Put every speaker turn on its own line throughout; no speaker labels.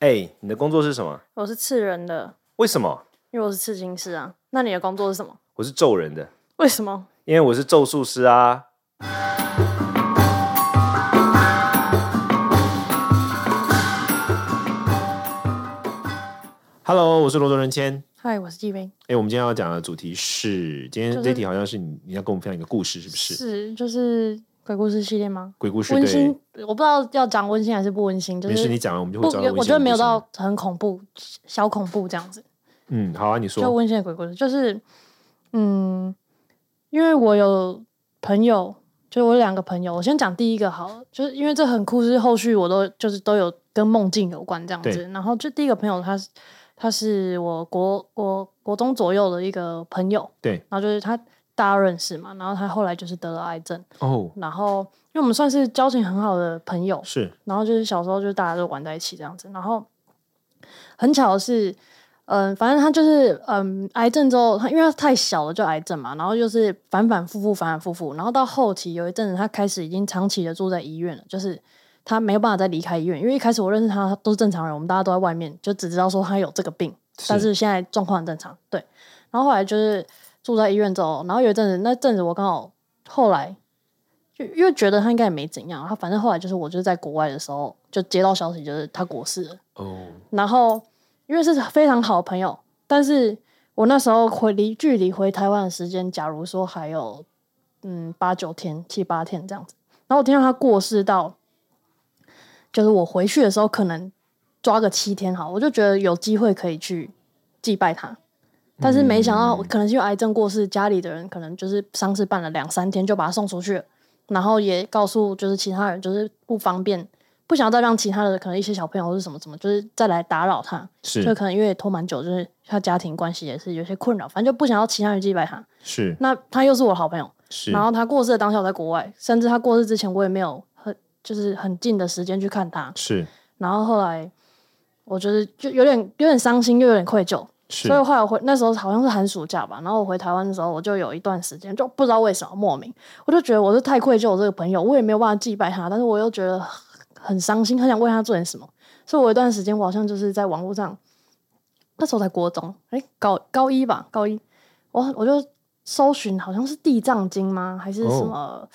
哎、你的工作是什么？
我是刺人的，
为什么？
因为我是刺青师啊。那你的工作是什么？
我是咒人的，
为什么？
因为我是咒术师啊。Hello，我是罗卓人谦。
嗨，我是纪斌。
哎、我们今天要讲的主题是，今
就
天
是
这一题好像是你你要跟我们分享一个故事，是不是？
是就是鬼故事系列吗？
鬼故事
温馨
对，，
我不知道要讲温馨还是不温馨，就
没事，
是
你讲完我们就
不
会知道。，
我觉得没有，到很恐怖，小恐怖这样子。
嗯，好啊，你
就
说，
温馨的鬼故事，就是嗯，因为我有朋友，就是我有两个朋友，我先讲第一个好了，就是因为这很酷，是后续我都就是都有跟梦境有关这样子
对。
然后就第一个朋友他是他是我国我国中左右的一个朋友，
对，
然后就是他大家认识嘛，然后他后来就是得了癌症，
哦，
然后因为我们算是交情很好的朋友，
是
然后就是小时候就大家都玩在一起这样子，然后很巧的是，嗯，反正他就是嗯，癌症之后，他因为他太小了就癌症嘛，然后就是反反复复，反反复复，然后到后期有一阵子他开始已经长期的住在医院了，就是他没有办法再离开医院，因为一开始我认识他，他都是正常人，我们大家都在外面，就只知道说他有这个病，但是现在状况很正常，对。然后后来就是住在医院之后，然后有一阵子，那阵子我刚好后来就因为觉得他应该也没怎样，他反正后来就是我就是在国外的时候就接到消息，就是他过世了。
哦，
然后因为是非常好的朋友，但是我那时候回离距离回台湾的时间，假如说还有嗯八九天、七八天这样子。然后我听到他过世到，就是我回去的时候可能抓个七天好，我就觉得有机会可以去祭拜他。但是没想到，可能是因为癌症过世，家里的人可能就是丧事办了两三天就把他送出去了，然后也告诉就是其他人就是不方便，不想要再让其他的可能一些小朋友或是什么什么，就是再来打扰他。就是可能因为也拖蛮久，就是他家庭关系也是有些困扰，反正就不想要其他人祭拜他。
是
那他又是我的好朋友，
是
然后他过世的当下我在国外，甚至他过世之前我也没有很就是很近的时间去看他。
是
然后后来我就是就有点有点伤心，又有点愧疚，
是
所以后来我回那时候好像是寒暑假吧，然后我回台湾的时候，我就有一段时间就不知道为什么莫名，我就觉得我是太愧疚我这个朋友，我也没有办法祭拜他，但是我又觉得很伤心，很想为他做点什么，所以我有一段时间我好像就是在网络上，那时候在国中，哎、高高一吧，高一，我我就搜寻好像是地藏经吗，还是什么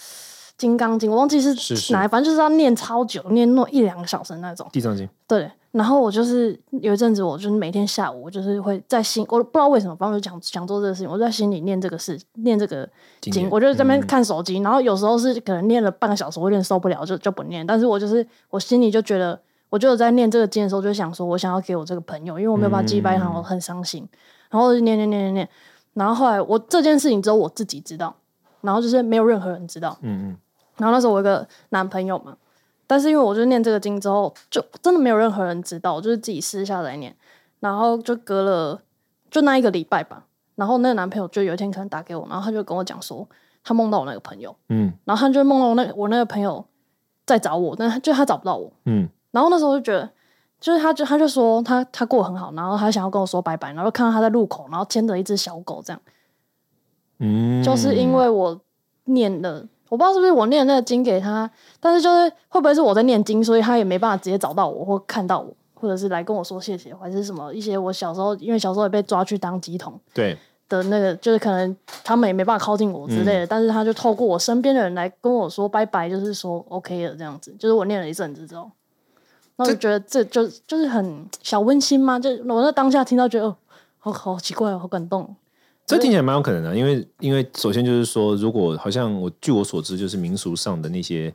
金刚经，我忘记是
是是
哪一，反正就是要念超久，念那么一两个小时那种。
地藏经，
对，然后我就是有一阵子，我就是每天下午，我就是会在心，我不知道为什么，反正我就想想做这个事情，我就在心里念这个事，念这个
经嗯
经，
典
我就在那边看手机，然后有时候是可能念了半个小时，我有点受不了，就就不念。但是我就是我心里就觉得，我就有在念这个经的时候，就想说我想要给我这个朋友，因为我没有办法击败他，
嗯
我很伤心。然后我就念念念念念，然后后来我这件事情只有我自己知道，然后就是没有任何人知道。
嗯嗯，
然后那时候我有一个男朋友嘛，但是因为我就念这个经之后，就真的没有任何人知道，我就是自己私下来念。然后就隔了就那一个礼拜吧，然后那个男朋友就有一天可能打给我，然后他就跟我讲说，他梦到我那个朋友，
嗯
然后他就梦到我那我那个朋友在找我，但他就他找不到我。
嗯，
然后那时候我就觉得，就是他就他就说他他过得很好，然后他想要跟我说拜拜，然后看到他在路口，然后牵着一只小狗这样。
嗯，
就是因为我念了，我不知道是不是我念的那个经给他，但是就是会不会是我在念经，所以他也没办法直接找到我或看到我，或者是来跟我说谢谢，还是什么一些我小时候因为小时候也被抓去当鸡桶
对，
的那个，就是可能他们也没办法靠近我之类的，但是他就透过我身边的人来跟我说拜拜，就是说 OK 了这样子，就是我念了一阵子之后。那我就觉得这就就是很小温馨嘛，就我那当下听到觉得哦，好好奇怪，哦，好感动哦。
这听起来蛮有可能的，啊因为因为首先就是说，如果好像我据我所知，就是民俗上的那些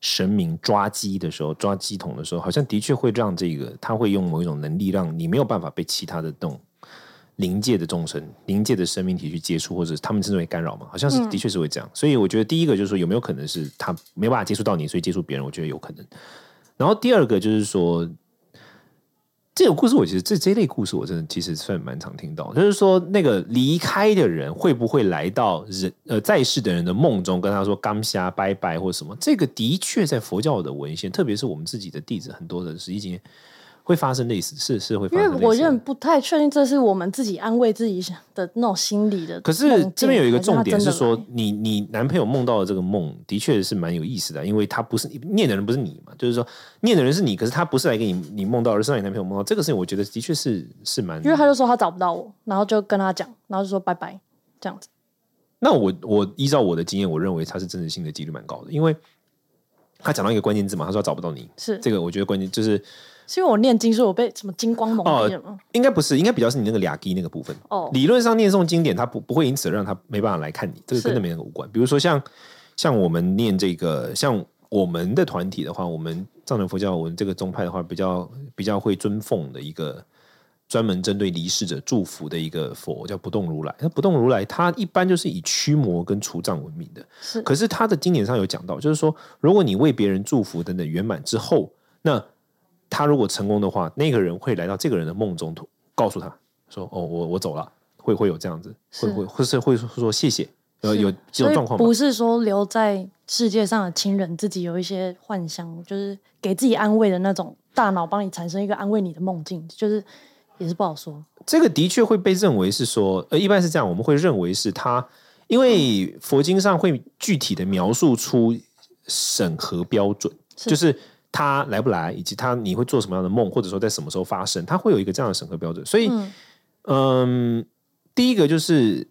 神明抓鸡的时候，抓鸡桶的时候，好像的确会让这个他会用某一种能力，让你没有办法被其他的动灵界的众生、灵界的生命体去接触，或者他们称之为干扰嘛，好像
嗯
是的确是会这样。所以我觉得第一个就是说，有没有可能是他没办法接触到你，所以接触别人，我觉得有可能。然后第二个就是说，这种故事我其实这这一类故事我真的其实算蛮常听到，就是说那个离开的人会不会来到人呃在世的人的梦中跟他说“刚下拜拜”或什么？这个的确在佛教的文献，特别是我们自己的弟子很多的实际经验，会发生类似，是是会发
因为
生类似的。
我有点不太确定，这是我们自己安慰自己的那种心理的梦境。
可是这边有一个
还他
重点
真
是
的
说
来，
你你男朋友梦到的这个梦，的确是蛮有意思的，因为他不是念的人不是你嘛，就是说念的人是你，可是他不是来给你你梦到，而是让你男朋友梦到这个事情，我觉得的确是是蛮
因。为他就说他找不到我，然后就跟他讲，然后就说拜拜这样子。
那我我依照我的经验，我认为他是真实性的几率蛮高的，因为他讲到一个关键字嘛，他说他找不到你，
是
这个我觉得关键就是
是因为我念经，所以我被什么金光蒙
哦
蔽了吗？
应该不是，应该比较是你那个俩 G 那个部分。
哦
理论上念诵经典，它不不会因此让他没办法来看你，这个
是
跟那没那个无关。比如说像像我们念这个，像我们的团体的话，我们藏传佛教我们这个宗派的话，比较比较会尊奉的一个专门针对离世者祝福的一个佛叫不动如来。那不动如来，它一般就是以驱魔跟除障闻名的。
是
可是他的经典上有讲到，就是说，如果你为别人祝福等等圆满之后，那他如果成功的话，那个人会来到这个人的梦中，告诉他说：“哦，我我走了。”会会有这样子，会
是
会会是会说谢谢，呃，
是
有这种状况
所以
吗？
不是说留在世界上的亲人自己有一些幻想，就是给自己安慰的那种，大脑帮你产生一个安慰你的梦境，就是也是不好说。
这个的确会被认为是说，呃，一般是这样，我们会认为是他，因为佛经上会具体的描述出审核标准，
是
就是他来不来，以及他你会做什么样的梦，或者说在什么时候发生，他会有一个这样的审核标准。所以，嗯
嗯
第一个就是。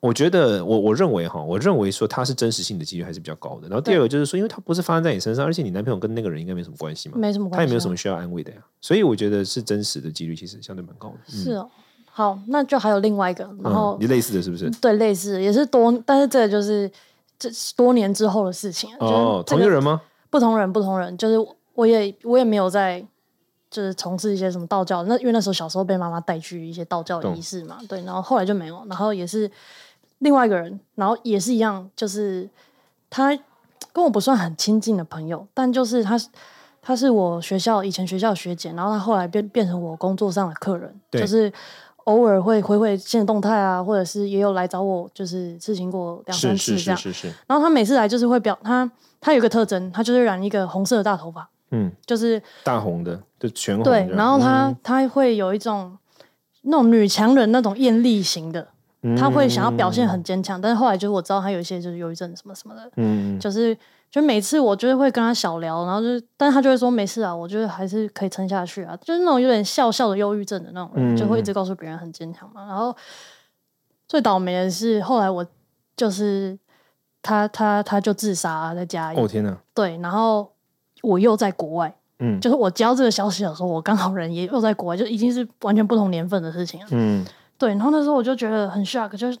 我觉得我我认为哈，我认为说它是真实性的几率还是比较高的。然后第二个就是说，因为它不是发生在你身上，而且你男朋友跟那个人应该没什么关系嘛，
没什么关系啊
他也没有什么需要安慰的呀。所以我觉得是真实的几率其实相对蛮高的。嗯
是哦，好，那就还有另外一个，然后
嗯、你类似的是不是？
对，类似也是多，但是这个就是这是多年之后的事情
哦，
了。就是
同一
这
个
个
人吗？
不同人，不同人，就是我我也我也没有在就是从事一些什么道教，那因为那时候小时候被妈妈带去一些道教的
懂
仪式嘛，对，然后后来就没有，然后也是另外一个人，然后也是一样，就是他跟我不算很亲近的朋友，但就是他是他是我学校以前学校的学姐，然后他后来变变成我工作上的客人，
对
就是偶尔会回回现动态啊，或者是也有来找我，就是事情过两三
是
次
是
这
是
样。
是是，
然后他每次来就是会表他他有一个特征，他就是染一个红色的大头发，
嗯，
就是
大红的，就全哦红这
对
样。，嗯
然后他、他会有一种那种女强人那种艳丽型的，
嗯
他会想要表现很坚强，但是后来就是我知道他有一些就是忧郁症什么什么的，
嗯，嗯，嗯
就是就每次我就是会跟他小聊，然后就是，但是他就会说没事啊，我就是还是可以撑下去啊，就是那种有点笑笑的忧郁症的那种人，
嗯
就会一直告诉别人很坚强嘛。然后最倒霉的是后来我就是他他他就自杀、在家里，
哦天哪，
对，然后我又在国外，
嗯
就是我接到这个消息的时候，我刚好人也又在国外，就已经是完全不同年份的事情了。
嗯，
对，然后那时候我就觉得很 shock，就是，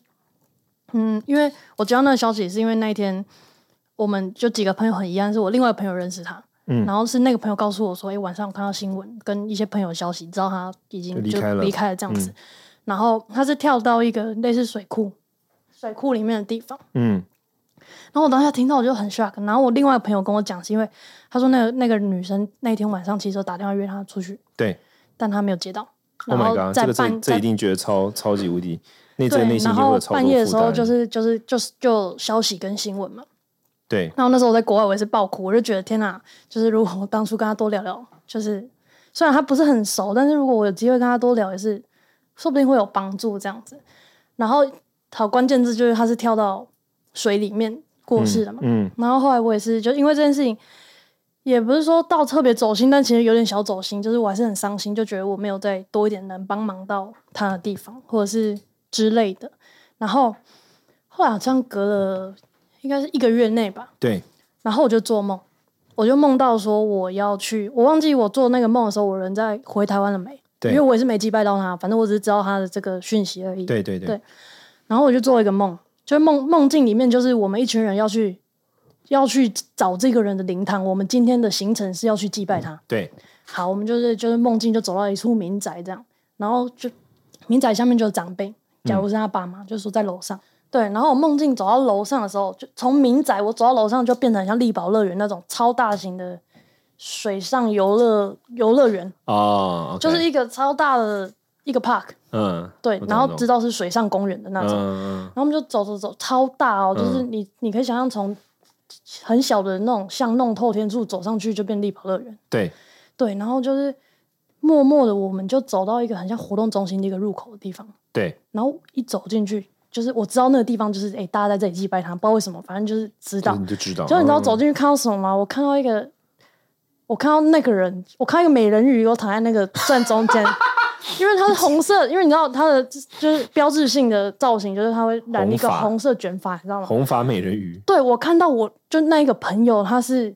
嗯，因为我接到那个消息是因为那一天我们就几个朋友很遗憾，是我另外一个朋友认识他，
嗯
然后是那个朋友告诉我说，哎、晚上我看到新闻跟一些朋友的消息，知道他已
就
经
离
就
开了嗯
离开了这样子，然后他是跳到一个类似水库水库里面的地方，
嗯，
然后我当下听到我就很 shock，然后我另外一个朋友跟我讲，是因为他说那个那个女生那天晚上其实有打电话约他出去，
对
但他没有接到。
，Oh
然
my
后
god，
在
这个
半在
这这一定觉得超超级无敌，内在内
对，
心
然
就会
后
有超
半夜
多
的时
负
候
担。
就是就是就是就消息跟新闻嘛。
对，
然后那时候我在国外，我也是爆哭，我就觉得天哪，就是如果我当初跟他多聊聊，就是虽然他不是很熟，但是如果我有机会跟他多聊，也是说不定会有帮助这样子。然后好，关键字就是他是跳到水里面过世的嘛。
嗯，
然后后来我也是就因为这件事情，也不是说到特别走心，但其实有点小走心，就是我还是很伤心，就觉得我没有再多一点能帮忙到他的地方，或者是之类的。然后后来好像隔了应该是一个月内吧，
对，
然后我就做梦，我就梦到说我要去，我忘记我做那个梦的时候，我人在回台湾了没？
对
因为我也是没击败到他，反正我只是知道他的这个讯息而已。
对对对
对，然后我就做了一个梦，就是梦梦境里面就是我们一群人要去要去找这个人的灵堂，我们今天的行程是要去祭拜他。
对，
好，我们就是就是梦境就走到一处民宅这样，然后就民宅下面就有长辈，假如是他爸妈，就说在楼上。对，然后我梦境走到楼上的时候，就从民宅我走到楼上就变成像力宝乐园那种超大型的水上游乐游乐园，
哦，
就是
一
一个超大的一个 park，
嗯，
对，然后知
知
道是水上公园的那
嗯
种。
嗯
然后我们就走走走，超大哦，
嗯
就是你你可以想象从很小的那种巷弄透天处走上去就变力宝乐园，
对，
对，然后就是默默的我们就走到一个很像活动中心的一个入口的地方，
对，
然后一走进去，就是我知道那个地方就是哎、诶大家在这里祭拜他，不知道为什么，反正就是知
就
道
是。你就知道。
结果你知道
嗯
走进去看到什么吗？我看到一个，我看到那个人，我看到一个美人鱼，我躺在那 个正中间，因为它是红色，因为你知道它的就是标志性的造型，就是它会染一个
红发
红色卷发，你知道吗？
红发美人鱼，
对我看到我就那一个朋友，他是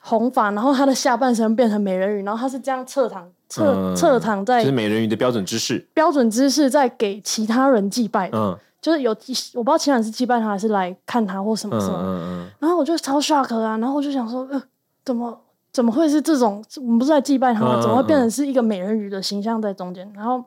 红发，然后他的下半身变成美人鱼，然后他是这样侧躺侧、
嗯
侧躺
这是
在
美人鱼的标准姿势。
标准姿势，在给其他人祭拜，
嗯
就是有我不知道其他人是祭拜他还是来看他或什
嗯
么什么，
嗯
然后我就超 shock 啊，然后我就想说，呃，怎么怎么会是这种？我们不是在祭拜
嗯嗯
他吗？
嗯
怎么会变成是一个美人鱼的形象在中间？然后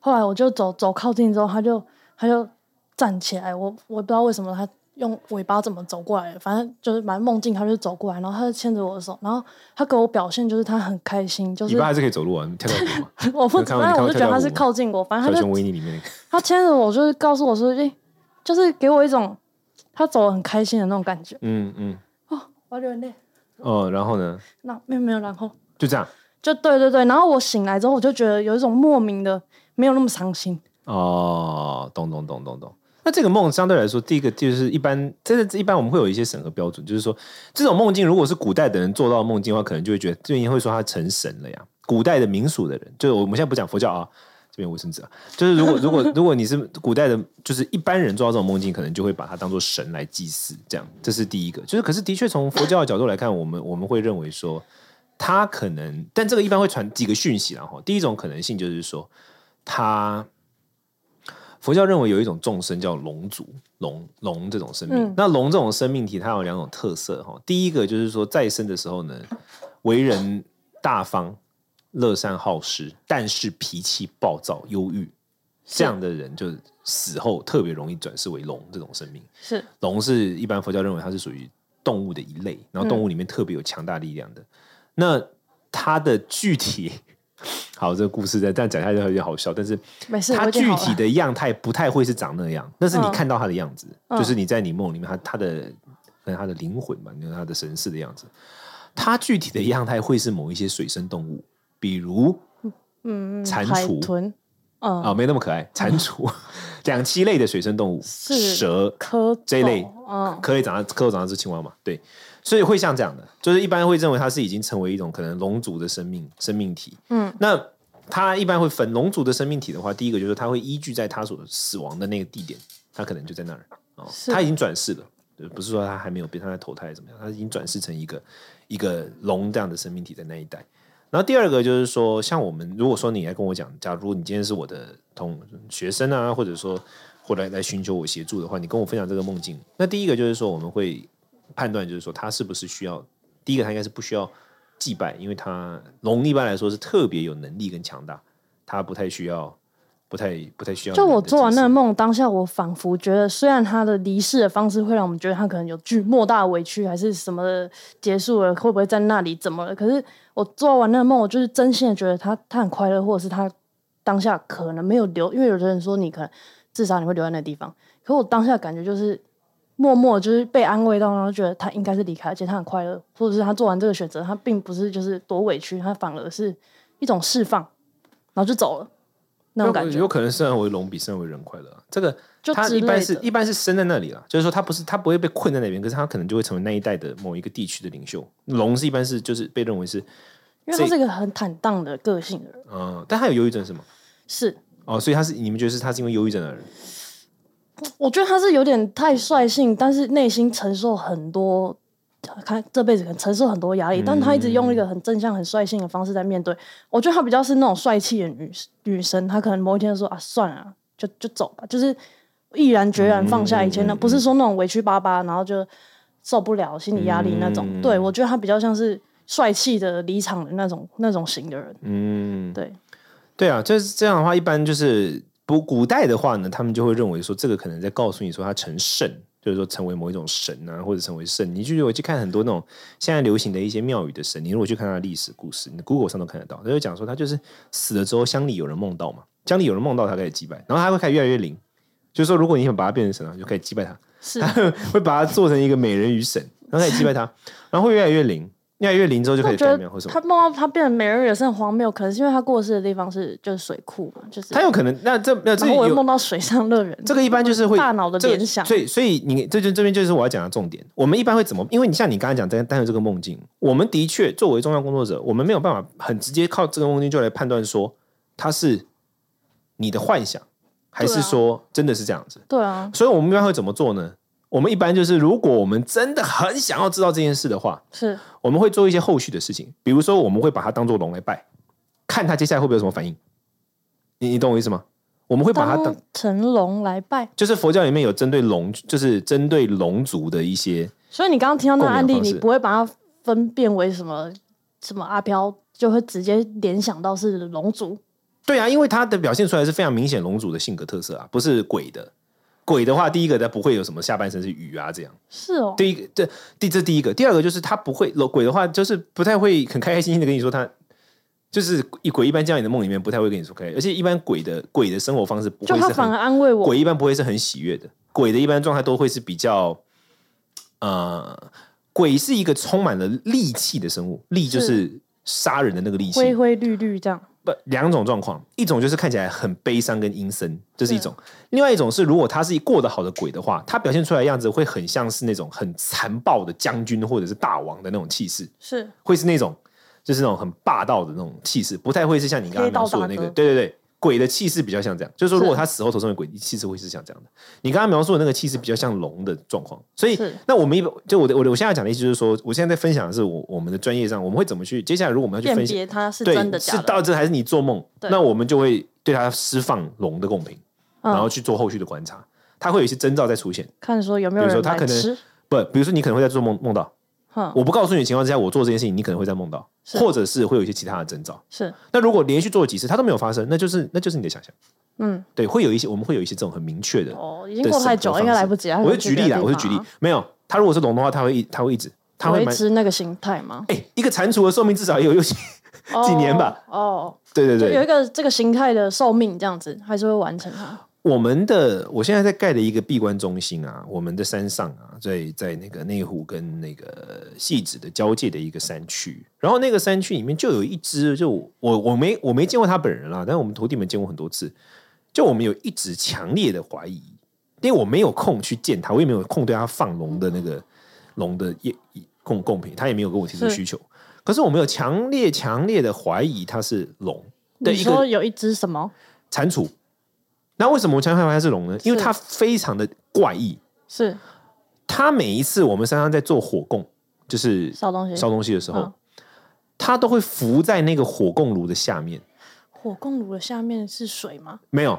后来我就走走靠近之后，他就他就站起来，我我不知道为什么他用尾巴怎么走过来的，反正就是蛮梦境，他就走过来，然后他就牵着我的手，然后他给我表现就是他很开心，就
嗯，
是
尾巴还是可以走路啊，你跳跳 舞嘛，
我不
你
知
看过
道，
你看过
我就觉得
跳
他
跳
是
舞吗
靠近我，反正
小
他就
熊维尼里面那个。
他牵着我，就是告诉我说，诶、就是给我一种他走的很开心的那种感觉。
嗯嗯
哦，我要流眼泪。
哦，然后呢，
那没有没有，然后
就这样
就对对对，然后我醒来之后，我就觉得有一种莫名的没有那么伤心。
哦，懂懂懂懂懂。那这个梦相对来说，第一个就是一般，真的一般我们会有一些审核标准，就是说这种梦境如果是古代的人做到的梦境的话，可能就会觉得这边会说他成神了呀。古代的民俗的人，就是我们现在不讲佛教啊，这边有卫生纸啊，就是如果如果如果你是古代的，就是一般人做到这种梦境，可能就会把它当做神来祭祀，这样这是第一个。就是可是的确从佛教的角度来看，我们我们会认为说，他可能，但这个一般会传几个讯息啦，然后第一种可能性就是说，他佛教认为有一种众生叫龙族，龙龙这种生命。
嗯
那龙这种生命体，它有两种特色哈。第一个就是说，再生的时候呢，为人大方、乐善好施，但是脾气暴躁、忧郁，这样的人就死后特别容易转世为龙这种生命。
是
龙是一般佛教认为它是属于动物的一类，然后动物里面
嗯
特别有强大力量的。那它的具体，好，这个故事再这样讲下去有点好笑，但是
没事，
它
我已经
具
好
体
了。
的样态不太会是长那样，那是你
嗯
看到它的样子，
嗯
就是你在你梦里面它它的可能它的灵魂吧，你看它的神似的样子。它具体的样态会是某一些水生动物，比如
嗯，嗯
蟾
海
蜍
豚，
啊、
嗯，
没那么可爱，蟾 蜍、两栖类的水生动物，
是
蛇、
蝌蚪
这一类
嗯，
科类长大，蝌蚪长大是青蛙嘛？对，所以会像这样的，就是一般会认为它是已经成为一种可能龙族的生命生命体。
嗯，
那它一般会分龙族的生命体的话，第一个就是它会依据在它所死亡的那个地点，它可能就在那儿哦，
是
它已经转世了。呃不是说它还没有变，它在投胎怎么样？它已经转世成一个一个龙这样的生命体在那一带。然后第二个就是说，像我们如果说你来跟我讲，假如你今天是我的同学生啊，或者说或来来寻求我协助的话，你跟我分享这个梦境，那第一个就是说我们会判断，就是说他是不是需要，第一个他应该是不需要祭拜，因为他龙一般来说是特别有能力跟强大，他不太需要，不太不太需要人的祭祀。
就我做完那个梦当下，我仿佛觉得，虽然他的离世的方式会让我们觉得他可能有巨莫大的委屈，还是什么的结束了，会不会在那里怎么了？可是我做完那个梦，我就是真心的觉得他他很快乐，或者是他当下可能没有留，因为有的人说你可能至少你会留在那个地方，可我当下感觉就是默默就是被安慰到，然后觉得他应该是离开，而且他很快乐，或者是他做完这个选择，他并不是就是多委屈，他反而是一种释放，然后就走了那种感
有
觉。
有可能生而为龙比生而为人快乐啊、这个
就
它
之
一般
类
是
的
一般是生在那里了，就是说它不是它不会被困在那边，可是它可能就会成为那一代的某一个地区的领袖。龙是一般是就是被认为是，
因为他是一个很坦荡的个性的人，
嗯、但他有忧郁症是吗？
是，
哦，所以他是你们觉得是他是因为忧郁症而
我觉得他是有点太率性，但是内心承受很多，看这辈子可能承受很多压力，但他一直用一个
嗯
很正向、很率性的方式在面对。我觉得他比较是那种帅气的女女生，她可能某一天就说啊，算了啊，就就走吧，就是毅然决然放下一
嗯
切呢，不是说那种委屈巴巴，然后就受不了心理压力那种。
嗯
对我觉得他比较像是帅气的离场的那种那种型的人，
嗯，
对。
对啊，就是这样的话，一般就是不古代的话呢，他们就会认为说，这个可能在告诉你说他成圣，就是说成为某一种神啊，或者成为圣。你就如果去看很多那种现在流行的一些庙宇的神，你如果去看它的历史故事，你 Google 上都看得到，他就讲说他就是死了之后，乡里有人梦到嘛，乡里有人梦到他开始祭拜，然后他会开始越来越灵。就是说，如果你想把它变成神啊，你就可以祭拜他，
是
他会把它做成一个美人鱼神，然后开始祭拜他，然后会越来越灵，越来越灵之后就可
我
以
觉
改
得
变或什
他
么。
梦到他变成美人鱼也是很荒谬，可能是因为他过世的地方是就是水库嘛，就是
他有可能，那这那这
然后我又
有
梦到水上乐园，
这个一般就是会
大脑的
这个
联想
所以所以你这就这边就是我要讲的重点。我们一般会怎么？因为你像你刚才讲单单有这个梦境，我们的确作为宗教工作者，我们没有办法很直接靠这个梦境就来判断说它是你的幻想，还
对
是
啊
说真的是这样子。
对啊，
所以我们一般会怎么做呢？我们一般就是，如果我们真的很想要知道这件事的话，
是
我们会做一些后续的事情，比如说我们会把它当做龙来拜，看他接下来会不会有什么反应。你你懂我意思吗？我们会把它当
当成龙来拜。
就是佛教里面有针对龙，就是针对龙族的一些，
所以你刚刚听到那个案
供
例，
养方
你
式
不会把它分辨为什么什么阿飘，就会直接联想到是龙族。
对啊，因为它的表现出来是非常明显龙族的性格特色啊，不是鬼的。鬼的话，第一个它不会有什么下半身是鱼啊这样。
是哦，
第一个，这第这第一个，第二个就是它不会鬼的话，就是不太会很开开心心的跟你说它。就是一鬼一般叫你的梦里面不太会跟你说开，而且一般鬼的鬼的生活方式不
就
会
他
是
反
很
而安慰我，
鬼一般不会是很喜悦的，鬼的一般状态都会是比较，呃，鬼是一个充满了戾气的生物，戾就是杀人的那个戾
灰
气。
灰绿绿这样。
不，两种状况，一种就是看起来很悲伤跟阴森，这是一种；另外一种是，如果他是过得好的鬼的话，他表现出来的样子会很像是那种很残暴的将军或者是大王的那种气势。
是
会是那种就是那种很霸道的那种气势，不太会是像你刚刚描述的那
黑道大
个，
哥
对对对，鬼的气势比较像这样。就是说，
是
如果他死后投身为鬼，气势会是像这样的。你刚刚描述的那个气势比较像龙的状况，所以
是
那我们一般就我的我的我现在讲的意思就是说，我现在在分享的是我我们的专业上我们会怎么去，接下来如果我们要去
辨
分析，
别它是
对
真的假
是
的，
到这还是你做梦，
对
那我们就会对它释放龙的共鸣，
嗯
然后去做后续的观察，它会有一些征兆在出现。
看说有没有
比如
人
说他
来
可能
吃。
不，比如说你可能会在做梦梦到，
哼，
我不告诉你的情况之下，我做这件事情，你可能会在梦到，
是
或者是会有一些其他的征兆。
是
那如果连续做了几次，它都没有发生，那就是那就是你的想象。
嗯
对，会有一些我们会有一些这种很明确的。
哦，已经过太久了，应该来不及。
我是举例啦，我是
啊
举例，没有。它如果是龙的话，它会一它会一直，它
他
会
维
蛮
持那个形态吗？
哎、一个蟾蜍的寿命至少也有六七，
哦
几年吧。
哦，
对对
就有
对
一。个这个形态的寿命，这样子还是会完成它。
我们的我现在在盖的一个闭关中心啊，我们的山上啊，在在那个内湖跟那个戏子的交界的一个山区，然后那个山区里面就有一只，就我我没我没见过他本人啦，但是我们徒弟们见过很多次，就我们有一直强烈的怀疑，因为我没有空去见他，我也没有空对他放龙的那个龙的也贡贡品，他也没有跟我提出
是
需求，可是我们有强烈强烈的怀疑他是龙的
你
一个
说有一只什么？
蟾蜍。那为什么我常常它是龙呢？因为
是
它非常的怪异。
是
它每一次我们山上在做火供，就是
烧东西？
烧东西的时候
嗯，
它、都会浮在那个火供炉的下面，
火供炉的下面是水吗？
没有，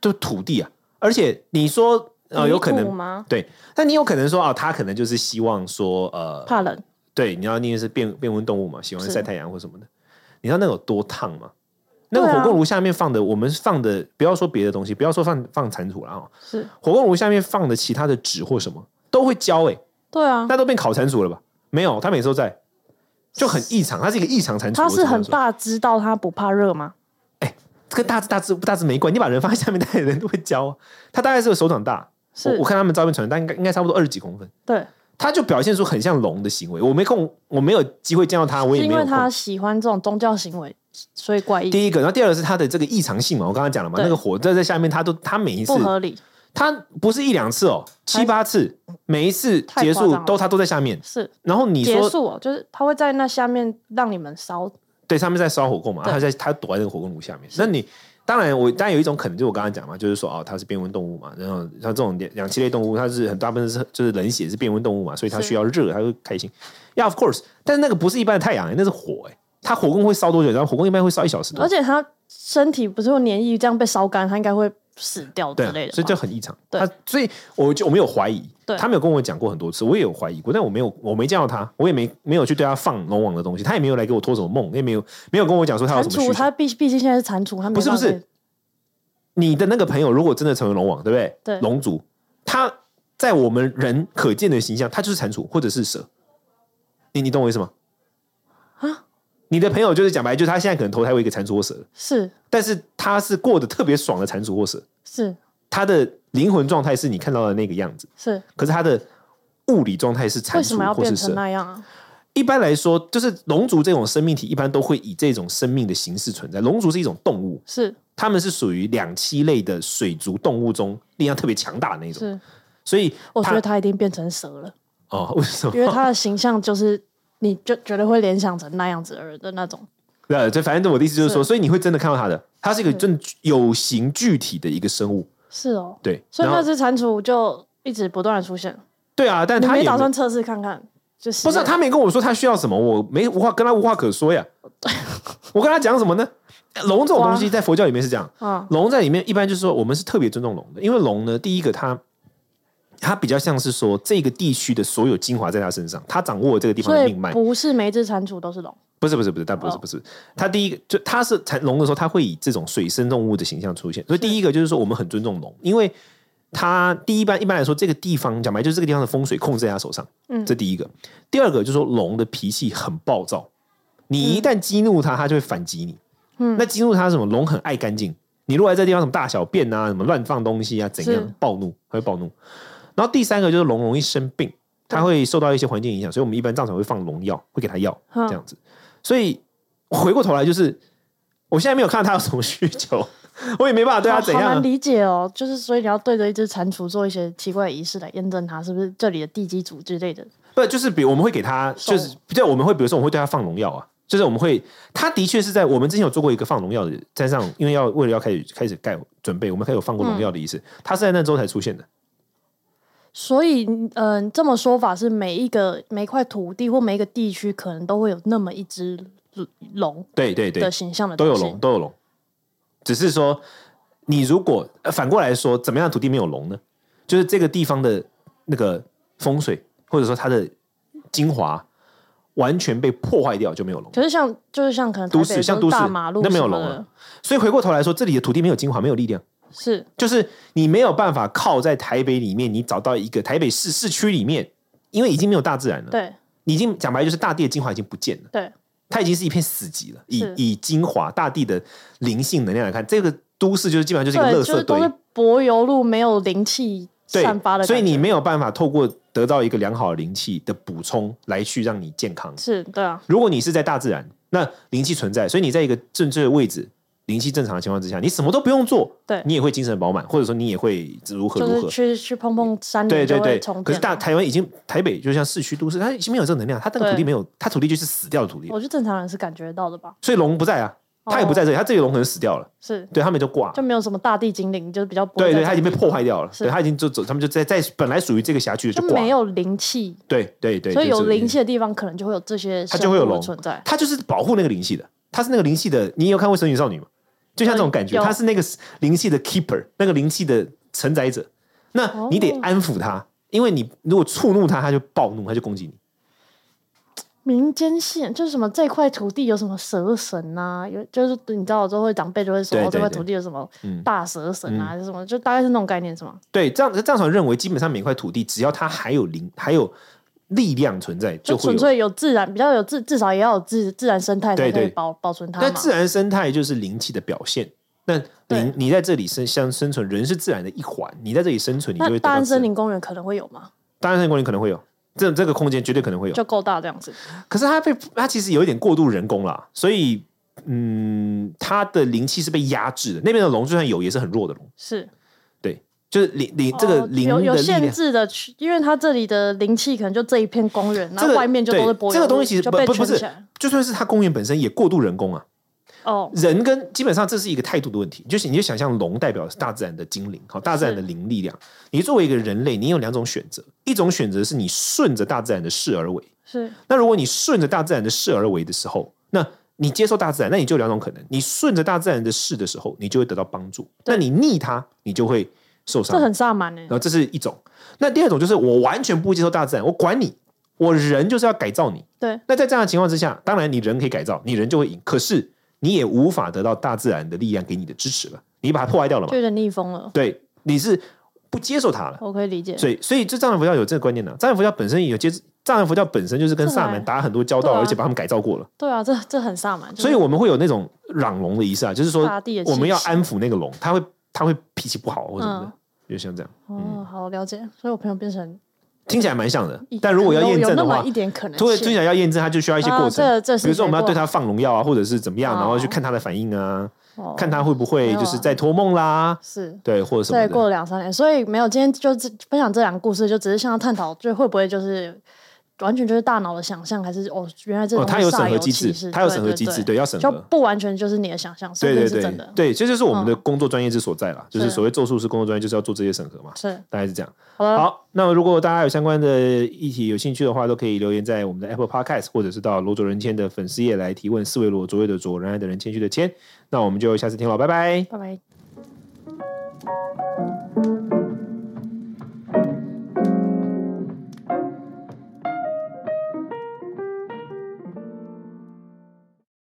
就土地啊。而且你说呃，
泥
有可
土
能
吗？
对，但你有可能说啊，它可能就是希望说呃，
怕冷，
对，你要因为是变变温动物嘛，喜欢
是
晒太阳或什么的。你知道那有多烫吗？那个
对啊
火供炉下面放的，我们放的不要说别的东西，不要说放放蟾蜍了啊、
是
火锅炉下面放的其他的纸或什么都会焦哎、欸，
对啊，
那都变烤蟾蜍了吧？没有，它每次都在，就很异常，它是一个异常蟾蜍。
它是
我
很
只能说，
大，知道它不怕热吗？
跟大只大只不大只没关，你把人放在下面，大家人都会焦、啊。 它大概是个手掌大，我
是
我，看他们照片传，但应该应该差不多二十几公分。
对，
它就表现出很像龙的行为，我没空，我没有机会见到它，我
是
也
因
没有
为
空。
它喜欢这种宗教行为，所以怪异
第一个，然后第二个是它的这个异常性嘛，我刚刚讲了嘛，
对
那个火在在下面，它都它每一次
不合理，
它不是一两次哦，七八次，每一次
太
结
夸
束
张了
都它都在下面。
是
然后你
结
说嗯
束哦，就是它会在那下面让你们烧，
对，他们在烧火供嘛，
对
他在他躲在那个火供炉下面。那你当然我当然有一种可能，就我刚刚讲嘛，就是说哦，它是变温动物嘛，然后像这种两两栖类动物，它是很大部分是就是冷血是变温动物嘛，所以它
是
需要热，它会开心。Yeah, of course，但是那个不是一般的太阳、那是火哎、它火供会烧多久？然后火供一般会烧一小时多
而，且它身体不是会粘液，这样被烧干，它应该会死掉哦之
对啊
类的吧，
所以就很异常。
对
他所以我就我没有怀疑
对，
他没有跟我讲过很多次，我也有怀疑过，但我没有我没见到他，我也没没有去对他放龙王的东西，他也没有来给我托什么梦，也没有没有跟我讲说他有
蟾
什么需
蜍，
求。
它毕毕竟现在是蟾蜍，它没
不是
办
不
法
是
被
你的那个朋友如果真的成为龙王，对不对？
对
龙族，他在我们人可见的形象，他就是蟾蜍或者是蛇。你你懂我意思吗？
啊，
你的朋友就是讲白，就是他现在可能投胎为一个蟾蜍或蛇，
是
但是他是过得特别爽的蟾蜍或蛇，
是
他的灵魂状态是你看到的那个样子，
是，
可是他的物理状态是蟾
为什么
蜍
要
或
变
是
成
蛇。
那样啊？
一般来说，就是龙族这种生命体，一般都会以这种生命的形式存在。龙族是一种动物，
是
它们是属于两栖类的水族动物中力量特别强大的那种，
是，
所以
我觉
它
得他一定变成蛇了，
哦，为什
因为
么？
他的形象就是你就绝对会联想成那样子儿的那种，
对，这反正我的意思就是说，
是
所以你会真的看到它的，它是一个真的有形具体的一个生物，
是哦，
对。
所以
然后
那只蟾蜍就一直不断的出现，
对啊，但
你
他也没
没打算测试看看？就是
不是啊他没跟我说他需要什么，我没无话跟他无话可说 呀。我跟他讲什么呢？龙这种东西在佛教里面是这样，
嗯
龙在里面一般就是说我们是特别尊重龙的，因为龙呢，第一个它它比较像是说这个地区的所有精华在他身上，他掌握了这个地方
所
的
以
命脉。
不是每一只蟾蜍都是龙，
不是不是不是，但不是
哦
不是，它第一个就它是产龙的时候，它会以这种水生动物的形象出现，所以第一个就是说我们很尊重龙，因为它第一般一般来说这个地方讲白了就是这个地方的风水控制在它手上，
嗯
这第一个。第二个就是说龙的脾气很暴躁，你一旦激怒它，它就会反击你。
嗯
那激怒它是什么？龙很爱干净，你如果在这地方什么大小便啊，什么乱放东西啊，怎
是
样暴怒，它会暴怒。然后第三个就是龙容易生病，它会受到一些环境影响，所以我们一般藏传会放龙药，会给它药
嗯
这样子。所以回过头来就是，我现在没有看到他有什么需求，我也没办法对他
好
怎
好
样
难
啊。
理解哦。就是所以你要对着一只蟾蜍做一些奇怪的仪式来验证它是不是这里的地基组之类的。
不，就是比如我们会给他，就是
送
对，我们会比如说我们会对他放农药啊，就是我们会，他的确是在我们之前有做过一个放农药的，在上因为要为了要开始开始盖准备，我们开始有放
嗯
过农药的仪式，他是在那周才出现的。
所以，嗯、这么说法是每一个每一块土地或每一个地区可能都会有那么一只龙
对对对
的，形象的
都有
东西
龙，都有龙，只是说你如果、呃反过来说，怎么样的土地没有龙呢？就是这个地方的那个风水，或者说它的精华完全被破坏掉，就没有龙。
可是像就是像可能台
都
北
市
就是
像都市
大马路
那没有
什么
龙
的
啊，所以回过头来说，这里的土地没有精华，没有力量，
是
就是你没有办法靠在台北里面，你找到一个台北市市区里面，因为已经没有大自然了，
对
你已经讲白了就是大地的精华已经不见了。
对
它已经是一片死寂了。以
是
以精华大地的灵性能量来看，这个都市就是基本上就是一
对，
个垃
就是
圾
都
堆
是，柏油路没有灵气散发的
对，
感觉，
所以你没有办法透过得到一个良好的灵气的补充来去让你健康。
是对啊，
如果你是在大自然，那灵气存在，所以你在一个正确的位置，灵气正常的情况之下，你什么都不用做，
对
你也会精神饱满，或者说你也会如何
就
如
是
何。
去去碰碰山
对
林
对
就会
对
充，
可
电啊
是大
了
台湾已经台北就像市区都市，它已经没有这个能量，它那个土地
对
没有，它土地就是死掉的土地，
我觉得正常人是感觉到的吧，
所以龙不在啊，它也不在这里，它这里龙可能死掉了，
是
对他们就挂了
哦就。没有什么大地精灵，就是比较不会
对对，
在
它已经被破坏掉了，
是
对，它已经就走，他们就在在本来属于这个辖区的
就
就挂
没
了，
有灵气，
对对对，
所以
就是
有
这个
灵
意思，
气的地方可能就会有这些
它就会有
生物的
龙
存在，
它就是保护那个灵气的，它是那个灵气的，你有看过《神女少女》吗？就像这种感觉，
嗯有
它是那个灵气的 keeper，那个灵气的承载者，那你得
哦
安抚它，因为你如果触怒它，它就暴怒，它就攻击你。
民间信就是什么这块土地有什么蛇神啊，有就是你知道之后会长辈就会说
对
哦这块
对对
土地有什么
嗯
大蛇神啊，还是什么就大概是那种概念是吗？
对，这样藏传认为，基本上每块土地只要它还有灵，还有力量存在，
就
会
纯
有
粹有自然比较有自至少也要有自自然生态才
对
可以
对
保保存它
那
嘛。
自然生态就是灵气的表现。那
对
灵，你在这里生相生存，人是自然的一环。你在这里生存，你就会
那
得到
大安
自然
森林公园可能会有吗？
大安森林公园可能会有，这这个空间绝对可能会有。
就够大这样子，
可是它被它其实有一点过度人工啦，所以嗯，它的灵气是被压制的。那边的龙就算有，也是很弱的龙，
是
对，就是灵灵哎这个
哦
灵
有
的
有
力量
限。制的区，因为它这里的灵气可能就这一片公园，
这
然后
个
外面就都是柏
对这
油路，
个东西其实
就
不
被
不不
圈
是
起来，
就算是它公园本身也过度人工啊。
哦，
人跟基本上这是一个态度的问题，就是你就想象龙代表是大自然的精灵，好，大自然的灵力量。你作为一个人类，你有两种选择，一种选择是你顺着大自然的势而为，
是
那如果你顺着大自然的势而为的时候，那你接受大自然，那你就有两种可能：你顺着大自然的势的时候，你就会得到帮助；那你逆它，你就会受伤
这。很萨满欸诶
然，后这是一种。那第二种就是我完全不接受大自然，我管你，我人就是要改造你。
对，
那在这样的情况之下，当然你人可以改造，你人就会赢，可是你也无法得到大自然的力量给你的支持了，你把它破坏掉了嘛
就？有点逆风了，
对，你是不接受它了。
我可以理解。
所以，所以这藏传佛教有这个观念呢、藏传佛教本身也有接，藏传佛教本身就是跟萨满打很多交道，
对啊
而且把他们改造过了。
对啊，这这很萨满，就是
所以我们会有那种攘龙的仪式啊，就是说
大地的气息
我们要安抚那个龙，他会他会脾气不好或什么的，
嗯
就像这样。
哦，好了解。所以我朋友变成
听起来蛮像的，但如果要验证的
有那
话
么一，点可能性，
对，听起来要验证，它就需要一些
啊
过程。
这这是
比如说我们要
结果
对它放农药啊，或者是怎么样，然后去
哦
看它的反应啊，
哦
看它会不会就是在托梦啦，
是
对，或者什
再
么
过
的。
了两三年，所以没有今天就只分享这两个故事，就只是想要探讨，就会不会就是完全就是大脑的想象，还是哦，原来这
哦，
种
它有审核机制，它有审核机制，对，要审
就
核。
不完全就是你的想象，说
对
不
对
定是
对
真的，嗯
对，这就是我们的工作专业之所在啦，就是
是
所谓咒术师工作专业，就是要做这些审核嘛，
是
大概是这样。
好了，
好，那如果大家有相关的议题有兴趣的话，都可以留言在我们的 Apple Podcast，或者是到罗卓人谦的粉丝页来提问。四维罗卓越的卓，仁爱的人，谦虚的谦。那我们就下次听了，拜拜。
拜拜。